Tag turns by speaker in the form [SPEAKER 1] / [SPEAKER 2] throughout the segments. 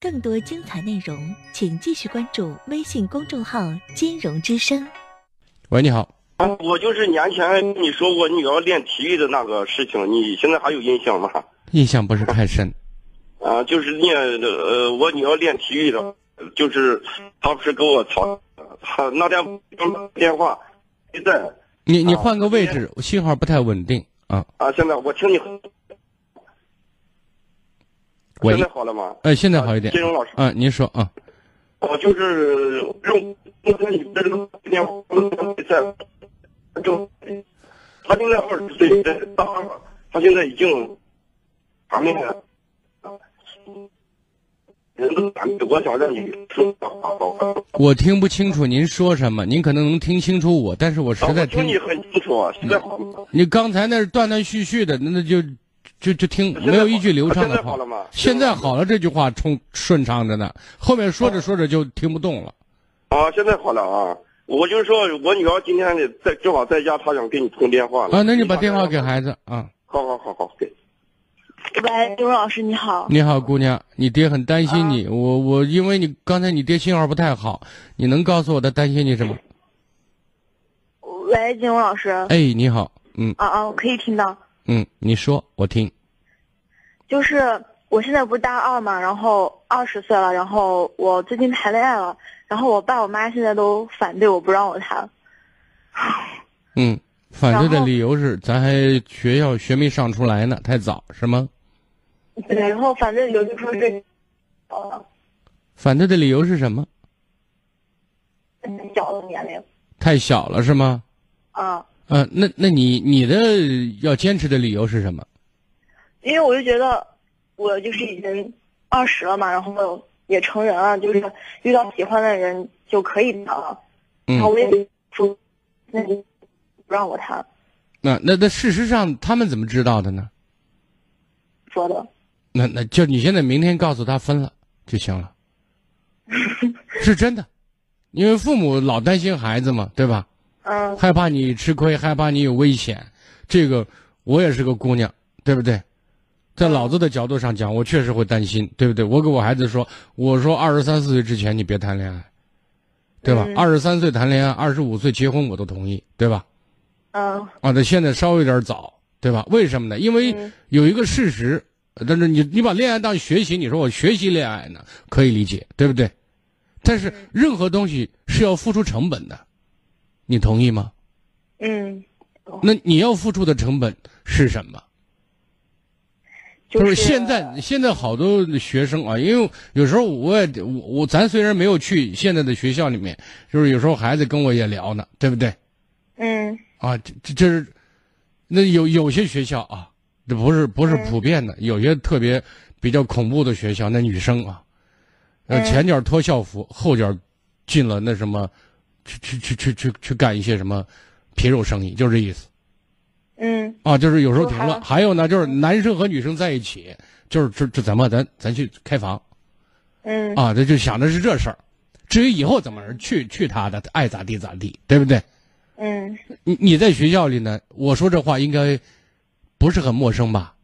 [SPEAKER 1] 更多精彩内容，请继续关注微信公众号“金融之声
[SPEAKER 2] 喂，你好，
[SPEAKER 3] 我就是年前跟你说过你要练体育的那个事情，你现在还有印象吗？
[SPEAKER 2] 印象不是太深。
[SPEAKER 3] 啊，就是练呃，我女儿练体育的，就是她不是跟我吵，她那天电话没在
[SPEAKER 2] 你你换个位置，信号不太稳定啊。
[SPEAKER 3] 啊，现在我听你现
[SPEAKER 2] 喂
[SPEAKER 3] 在，好了吗？
[SPEAKER 2] 呃，现在好一点
[SPEAKER 3] 金。荣老师，
[SPEAKER 2] 啊，您说啊，
[SPEAKER 3] 我哦就是用跟你这个电话在，就她现在二十岁，大了，她现在已经啥面了。人都反对，我想让你说的话，我
[SPEAKER 2] 我听不清楚您说什么，您可能能听清楚我，但是我实
[SPEAKER 3] 啊我
[SPEAKER 2] 在嗯
[SPEAKER 3] 听
[SPEAKER 2] 听
[SPEAKER 3] 你很清楚，啊现在好
[SPEAKER 4] 嗯
[SPEAKER 3] 吗？
[SPEAKER 2] 你刚才那是断断续续的，那那就就就听
[SPEAKER 3] 现在啊
[SPEAKER 2] 没有一句流畅
[SPEAKER 3] 现在
[SPEAKER 2] 的
[SPEAKER 3] 好
[SPEAKER 2] 话
[SPEAKER 3] 了。吗？
[SPEAKER 2] 现在好了，这句话冲顺畅着呢，后面说着说着就听不动了。
[SPEAKER 3] 啊，现在好了啊！我就说我女儿今天在正好在家，她想跟你通电话了
[SPEAKER 2] 啊，那你把电话给。孩子啊。
[SPEAKER 3] 好好好好，给。
[SPEAKER 4] 喂，刘老师你好。
[SPEAKER 2] 你好，姑娘，你爹很担
[SPEAKER 3] 啊
[SPEAKER 2] 心你，我我因为你刚才你爹信号不太好，你能告诉我他担心你什么？
[SPEAKER 4] 喂，金荣老师。
[SPEAKER 2] 哎，你好，嗯
[SPEAKER 4] 啊啊，我可以听到。
[SPEAKER 2] 嗯，你说我听，
[SPEAKER 4] 就是我现在不是大二嘛，然后二十岁了，然后我最近谈恋爱了，然后我爸我妈现在都反对我不让我谈。
[SPEAKER 2] 嗯，反对
[SPEAKER 4] 然
[SPEAKER 2] 的
[SPEAKER 4] 后
[SPEAKER 2] 理由是咱还学校学没上出来呢，太早是吗？
[SPEAKER 4] 对，然后反正有就说是，呃，
[SPEAKER 2] 反对的理由是什么？
[SPEAKER 4] 小的年龄。
[SPEAKER 2] 太小了是吗？
[SPEAKER 4] 啊，
[SPEAKER 2] 嗯、那那你你的要坚持的理由是什么？
[SPEAKER 4] 因为我就觉得我就是已经二十了嘛，然后也成人了，就是遇到喜欢的人就可以谈了。
[SPEAKER 2] 嗯
[SPEAKER 4] 然后我也说，那你不让我谈，
[SPEAKER 2] 那那那事实上他们怎么知道的呢？
[SPEAKER 4] 说的。
[SPEAKER 2] 那那就你现在明天告诉他分了就行 了，是真的，因为父母老担心孩子嘛，对吧？
[SPEAKER 4] 嗯
[SPEAKER 2] 害怕你吃亏，害怕你有危险。这个我也是个姑娘，对不对？在老子的角度上讲，我确实会担心，对不对？我给我孩子说，我说二十三四岁之前你别谈恋爱，对吧？二十三岁谈恋爱，二十五岁结婚我都同意，对吧？
[SPEAKER 4] 嗯
[SPEAKER 2] 啊，那现在稍微有点早，对吧？为什么呢？因为有一个事实，但是你你把恋爱当学习，你说我学习恋爱呢，可以理解，对不对？但是任何东西是要付出成本的，你同意吗？
[SPEAKER 4] 嗯，
[SPEAKER 2] 那你要付出的成本是什么？
[SPEAKER 4] 就是
[SPEAKER 2] 现在现在好多学生啊，因为有时候我也我我咱虽然没有去现在的学校里面，就是有时候孩子跟我也聊呢，对不对？
[SPEAKER 4] 嗯
[SPEAKER 2] 啊，这这这是那有有些学校啊，这不是不是普遍的，有些特别比较恐怖的学校，那女生啊，
[SPEAKER 4] 嗯
[SPEAKER 2] 呃，前脚脱校服，后脚进了那什么，去去去去去去干一些什么皮肉生意，就是这意思。
[SPEAKER 4] 嗯
[SPEAKER 2] 啊，就是有时候挺
[SPEAKER 4] 就
[SPEAKER 2] 乱。
[SPEAKER 4] 还
[SPEAKER 2] 还有呢，就是男生和女生在一起，就是这这咱们咱咱去开房
[SPEAKER 4] 嗯
[SPEAKER 2] 啊，这就想着是这事儿。至于以后怎么着去去他的，爱咋地咋地，对不对？
[SPEAKER 4] 嗯
[SPEAKER 2] 你你在学校里呢，我说这话应该不是很陌生吧？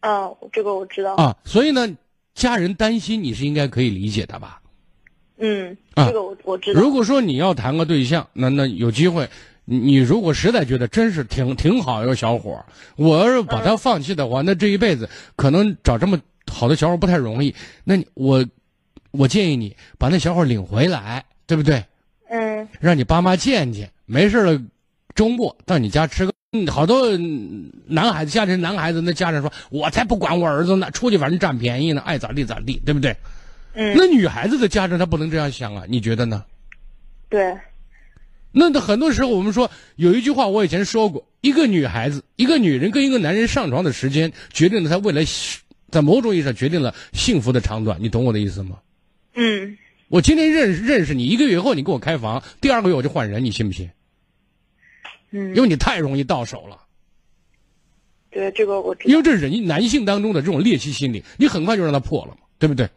[SPEAKER 4] 啊，这个我知道。
[SPEAKER 2] 啊，所以呢，家人担心你是应该可以理解的吧？
[SPEAKER 4] 嗯，
[SPEAKER 2] 啊
[SPEAKER 4] 这个我我知道。
[SPEAKER 2] 如果说你要谈个对象，那那有机会，你你如果实在觉得真是挺挺好一个小伙儿，我要是把他放弃的话，那这一辈子可能找这么好的小伙儿不太容易。那你我我建议你把那小伙儿领回来，对不对？
[SPEAKER 4] 嗯
[SPEAKER 2] 让你爸妈见见，没事了，周末到你家吃个。嗯，好多嗯男孩子，像这男孩子，那家长说：“我才不管我儿子呢，出去反正占便宜呢，爱咋地咋地，对不对？”
[SPEAKER 4] 嗯
[SPEAKER 2] 那女孩子的家长她不能这样想啊，你觉得呢？
[SPEAKER 4] 对，
[SPEAKER 2] 那那很多时候我们说有一句话，我以前说过，一个女孩子、一个女人跟一个男人上床的时间，决定了她未来幸，在某种意义上决定了幸福的长短。你懂我的意思吗？
[SPEAKER 4] 嗯
[SPEAKER 2] 我今天认识认识你，一个月以后你给我开房，第二个月我就换人，你信不信？
[SPEAKER 4] 嗯
[SPEAKER 2] 因，为你太容易到手了，
[SPEAKER 4] 对，这个我知
[SPEAKER 2] 因
[SPEAKER 4] 道。
[SPEAKER 2] 为这是人男性当中的这种猎奇心理，你很快就让他破了嘛，对不对？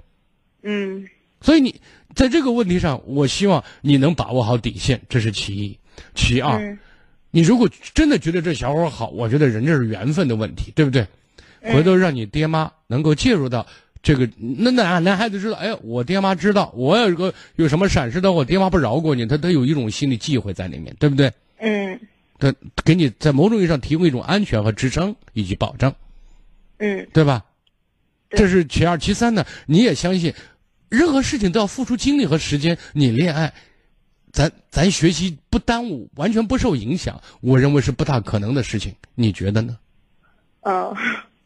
[SPEAKER 4] 嗯
[SPEAKER 2] 所以你在这个问题上，我希望你能把握好底线，这是其一。其二，
[SPEAKER 4] 嗯
[SPEAKER 2] 你如果真的觉得这小伙好，我觉得人这是缘分的问题，对不对？回头让你爹妈能够介入到这个那那男孩子知道，哎，我爹妈知道，我有个有什么闪失的，我爹妈不饶过你，他他有一种心理忌讳在里面，对不对？
[SPEAKER 4] 嗯
[SPEAKER 2] 他给你在某种意义上提供一种安全和支撑以及保障，
[SPEAKER 4] 嗯，
[SPEAKER 2] 对吧？
[SPEAKER 4] 对
[SPEAKER 2] 这是其二，其三呢，你也相信，任何事情都要付出精力和时间。你恋爱，咱咱学习不耽误，完全不受影响，我认为是不大可能的事情。你觉得呢？
[SPEAKER 4] 嗯，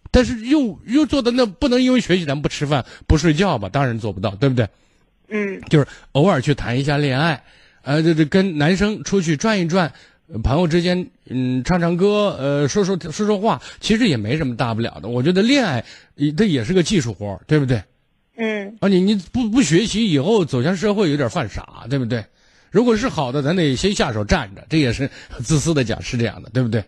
[SPEAKER 2] 但是又又做的那不能因为学习咱不吃饭不睡觉吧？当然做不到，对不对？
[SPEAKER 4] 嗯，
[SPEAKER 2] 就是偶尔去谈一下恋爱，呃，这这跟男生出去转一转，呃朋友之间嗯唱唱歌，呃说说说说话，其实也没什么大不了的。我觉得恋爱呃它也是个技术活儿，对不对？
[SPEAKER 4] 嗯，
[SPEAKER 2] 啊，你你不不学习，以后走向社会有点犯傻，对不对？如果是好的，咱得先下手占着，这也是 自私的讲，是这样的，对不对？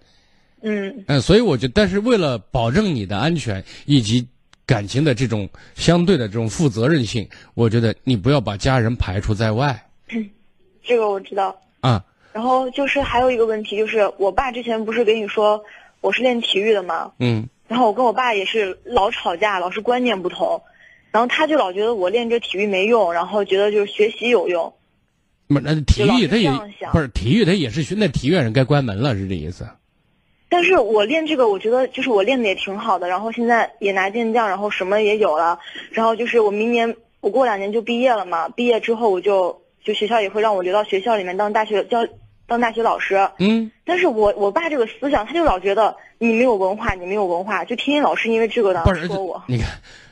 [SPEAKER 4] 嗯，
[SPEAKER 2] 嗯，所以我觉得，但是为了保证你的安全以及感情的这种相对的这种负责任性，我觉得你不要把家人排除在外
[SPEAKER 4] 这个我知道。
[SPEAKER 2] 啊。
[SPEAKER 4] 然后就是还有一个问题，就是我爸之前不是给你说我是练体育的吗？
[SPEAKER 2] 嗯，
[SPEAKER 4] 然后我跟我爸也是老吵架，老是观念不同，然后他就老觉得我练这体育没用，然后觉得就是学习有用。
[SPEAKER 2] 那那体
[SPEAKER 4] 老
[SPEAKER 2] 育
[SPEAKER 4] 是
[SPEAKER 2] 它也
[SPEAKER 4] 这样想
[SPEAKER 2] 不是体育，它也是学那体育人该关门了，是这意思？
[SPEAKER 4] 但是我练这个，我觉得就是我练的也挺好的，然后现在也拿健将，然后什么也有了，然后就是我明年我过两年就毕业了嘛，毕业之后我就就学校也会让我留到学校里面当大学教当大学老师，
[SPEAKER 2] 嗯，
[SPEAKER 4] 但是我我爸这个思想，他就老觉得你没有文化，你没有文化，就天天老是因为这个呢
[SPEAKER 2] 不是
[SPEAKER 4] 说我，，
[SPEAKER 2] 你看，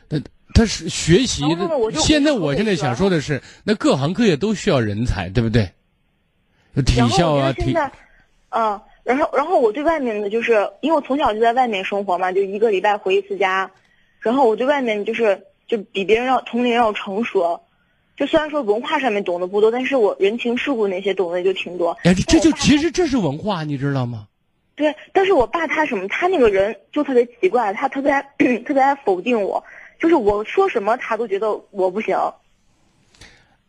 [SPEAKER 2] 那他是学习
[SPEAKER 4] 然后呢我
[SPEAKER 2] 的。
[SPEAKER 4] 就
[SPEAKER 2] 现在
[SPEAKER 4] 我就
[SPEAKER 2] 我现在
[SPEAKER 4] 我就
[SPEAKER 2] 想说的是，那各行各业都需要人才，对不对？体
[SPEAKER 4] 然后
[SPEAKER 2] 校
[SPEAKER 4] 我觉
[SPEAKER 2] 啊，
[SPEAKER 4] 得现
[SPEAKER 2] 体
[SPEAKER 4] 在，嗯，然后然后我对外面的就是，因为我从小就在外面生活嘛，就一个礼拜回一次家，然后我对外面就是就比别人要同龄人要成熟，就虽然说文化上面懂得不多，但是我人情世故那些懂得就挺多。
[SPEAKER 2] 哎，这这就
[SPEAKER 4] 我爸
[SPEAKER 2] 其实这是文化，你知道吗？
[SPEAKER 4] 对，但是我爸他什么，他那个人就特别奇怪，他特别爱 特别爱否定我，就是我说什么他都觉得我不行。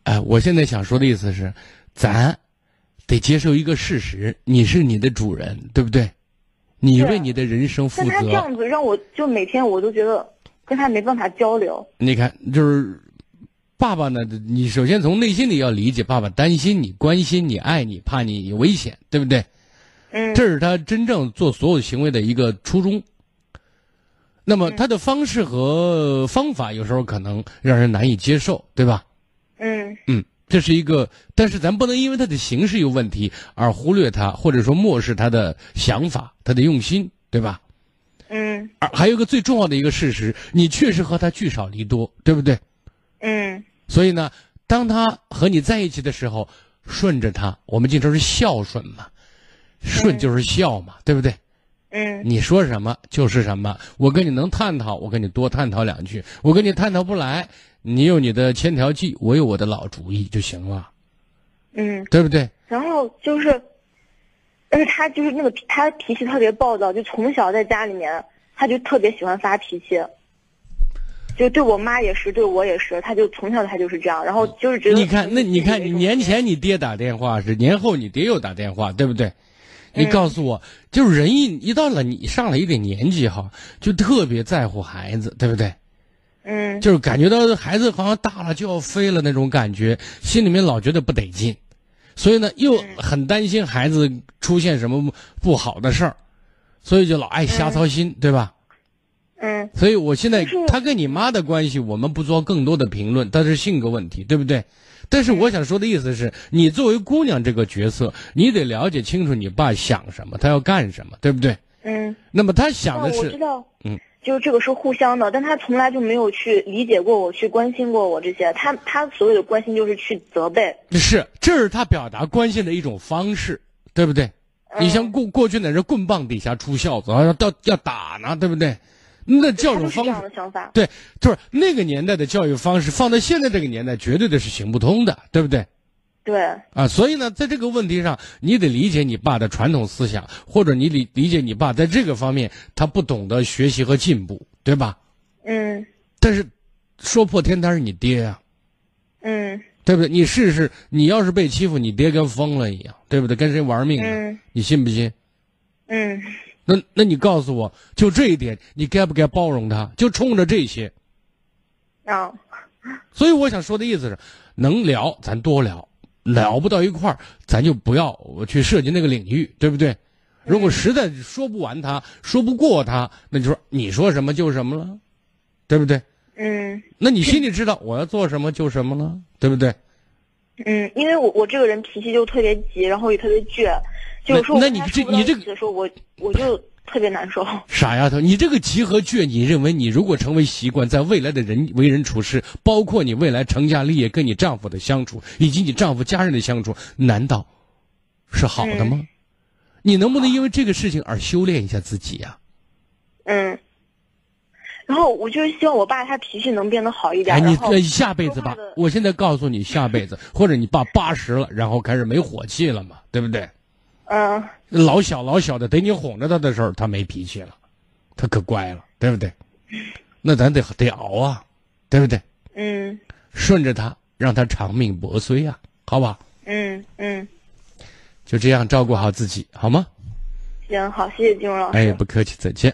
[SPEAKER 2] 哎，我现在想说的意思是，咱得接受一个事实，你是你的主人，对不对？你
[SPEAKER 4] 对啊
[SPEAKER 2] 为你的人生负
[SPEAKER 4] 但他这
[SPEAKER 2] 责。
[SPEAKER 4] 样子让我就每天我都觉得跟他没办法交流。
[SPEAKER 2] 你看，就是爸爸呢，你首先从内心里要理解爸爸担心你、关心你、爱你、怕你有危险，对不对？
[SPEAKER 4] 嗯，
[SPEAKER 2] 这是他真正做所有行为的一个初衷。那么他的方式和方法有时候可能让人难以接受，对吧？
[SPEAKER 4] 嗯
[SPEAKER 2] 嗯，这是一个，但是咱不能因为他的形式有问题而忽略他，或者说漠视他的想法、他的用心，对吧？
[SPEAKER 4] 嗯
[SPEAKER 2] 而还有一个最重要的一个事实，你确实和他聚少离多，对不对？
[SPEAKER 4] 嗯
[SPEAKER 2] 所以呢，当他和你在一起的时候，顺着他，我们经常是孝顺嘛，顺就是孝嘛，对不对？
[SPEAKER 4] 嗯
[SPEAKER 2] 你说什么就是什么。我跟你能探讨，我跟你多探讨两句；我跟你探讨不来，你有你的千条计，我有我的老主意就行了，
[SPEAKER 4] 嗯，
[SPEAKER 2] 对不对？
[SPEAKER 4] 然后就是，但是他就是那个他脾气特别暴躁，就从小在家里面他就特别喜欢发脾气，就对我妈也是，对我也是，他就从小他就是这样，然后就是觉得
[SPEAKER 2] 你看，那你看，
[SPEAKER 4] 自己
[SPEAKER 2] 你
[SPEAKER 4] 为中
[SPEAKER 2] 年
[SPEAKER 4] 心
[SPEAKER 2] 前你爹打电话是，年后你爹又打电话，对不对？你告诉我，就是人一一到了你上了一点年纪哈，就特别在乎孩子，对不对？
[SPEAKER 4] 嗯
[SPEAKER 2] 就是感觉到孩子好像大了就要飞了那种感觉，心里面老觉得不得劲，所以呢又
[SPEAKER 4] 嗯
[SPEAKER 2] 很担心孩子出现什么不好的事儿，所以就老爱瞎操心，对吧？
[SPEAKER 4] 嗯
[SPEAKER 2] 所以我现在
[SPEAKER 4] 但是
[SPEAKER 2] 他跟你妈的关系，我们不做更多的评论，但是性格问题，对不对？但
[SPEAKER 4] 嗯
[SPEAKER 2] 是我想说的意思是，你作为姑娘这个角色，你得了解清楚你爸想什么，他要干什么，对不对？
[SPEAKER 4] 嗯，
[SPEAKER 2] 那么他想的
[SPEAKER 4] 那我知
[SPEAKER 2] 是，
[SPEAKER 4] 道，
[SPEAKER 2] 嗯，
[SPEAKER 4] 就是这个是互相的，但他从来就没有去理解过我，去关心过我这些，他他所谓的关心就是去责备，
[SPEAKER 2] 是这是他表达关心的一种方式，对不对？
[SPEAKER 4] 嗯
[SPEAKER 2] 你像过过去那是棍棒底下出孝子，啊要要要打呢，对不对？那教
[SPEAKER 4] 他
[SPEAKER 2] 育
[SPEAKER 4] 就是
[SPEAKER 2] 方式
[SPEAKER 4] 这样的想法，
[SPEAKER 2] 对，就是那个年代的教育方式，放在现在这个年代，绝对的是行不通的，对不对？
[SPEAKER 4] 对，
[SPEAKER 2] 啊，所以呢，在这个问题上，你得理解你爸的传统思想，或者你理理解你爸在这个方面他不懂得学习和进步，对吧？
[SPEAKER 4] 嗯
[SPEAKER 2] 但是说破天他是你爹呀、
[SPEAKER 4] 嗯
[SPEAKER 2] 对不对？你试试，你要是被欺负，你爹跟疯了一样，对不对？跟谁玩命啊？
[SPEAKER 4] 嗯
[SPEAKER 2] 你信不信？
[SPEAKER 4] 嗯
[SPEAKER 2] 那那你告诉我，就这一点，你该不该包容他？就冲着这些，
[SPEAKER 4] 啊，
[SPEAKER 2] 所以我想说的意思是，能聊咱多聊，聊不到一块儿，咱就不要去涉及那个领域，对不对？如果实在说不完他，说不过他，那就说你说什么就什么了，对不对？
[SPEAKER 4] 嗯
[SPEAKER 2] 那你心里知道我要做什么就什么了，对不对？
[SPEAKER 4] 嗯，因为我我这个人脾气就特别急，然后也特别倔，
[SPEAKER 2] 那
[SPEAKER 4] 就有时候我
[SPEAKER 2] 那
[SPEAKER 4] 跟
[SPEAKER 2] 你
[SPEAKER 4] 他
[SPEAKER 2] 这
[SPEAKER 4] 说不到
[SPEAKER 2] 你这
[SPEAKER 4] 一起的时候，我我就特别难受。
[SPEAKER 2] 傻丫头，你这个急和倔，你认为你如果成为习惯，在未来的人为人处事，包括你未来成家立业跟你丈夫的相处，以及你丈夫家人的相处，难道是好的吗？你能不能因为这个事情而修炼一下自己啊呀、
[SPEAKER 4] 嗯，然后我就是希望我爸他脾气能变得好一点。
[SPEAKER 2] 哎，你
[SPEAKER 4] 然后
[SPEAKER 2] 呃下辈子吧
[SPEAKER 4] 说话的，
[SPEAKER 2] 我现在告诉你，下辈子或者你爸八十了，然后开始没火气了嘛，对不对？
[SPEAKER 4] 嗯
[SPEAKER 2] 老小老小的，得你哄着他的时候，他没脾气了，他可乖了，对不对？那咱得得熬啊，对不对？
[SPEAKER 4] 嗯
[SPEAKER 2] 顺着他，让他长命百岁呀、好吧？
[SPEAKER 4] 嗯嗯，
[SPEAKER 2] 就这样照顾好自己，好吗？
[SPEAKER 4] 行，好，谢谢金荣老师。
[SPEAKER 2] 哎，不客气，再见。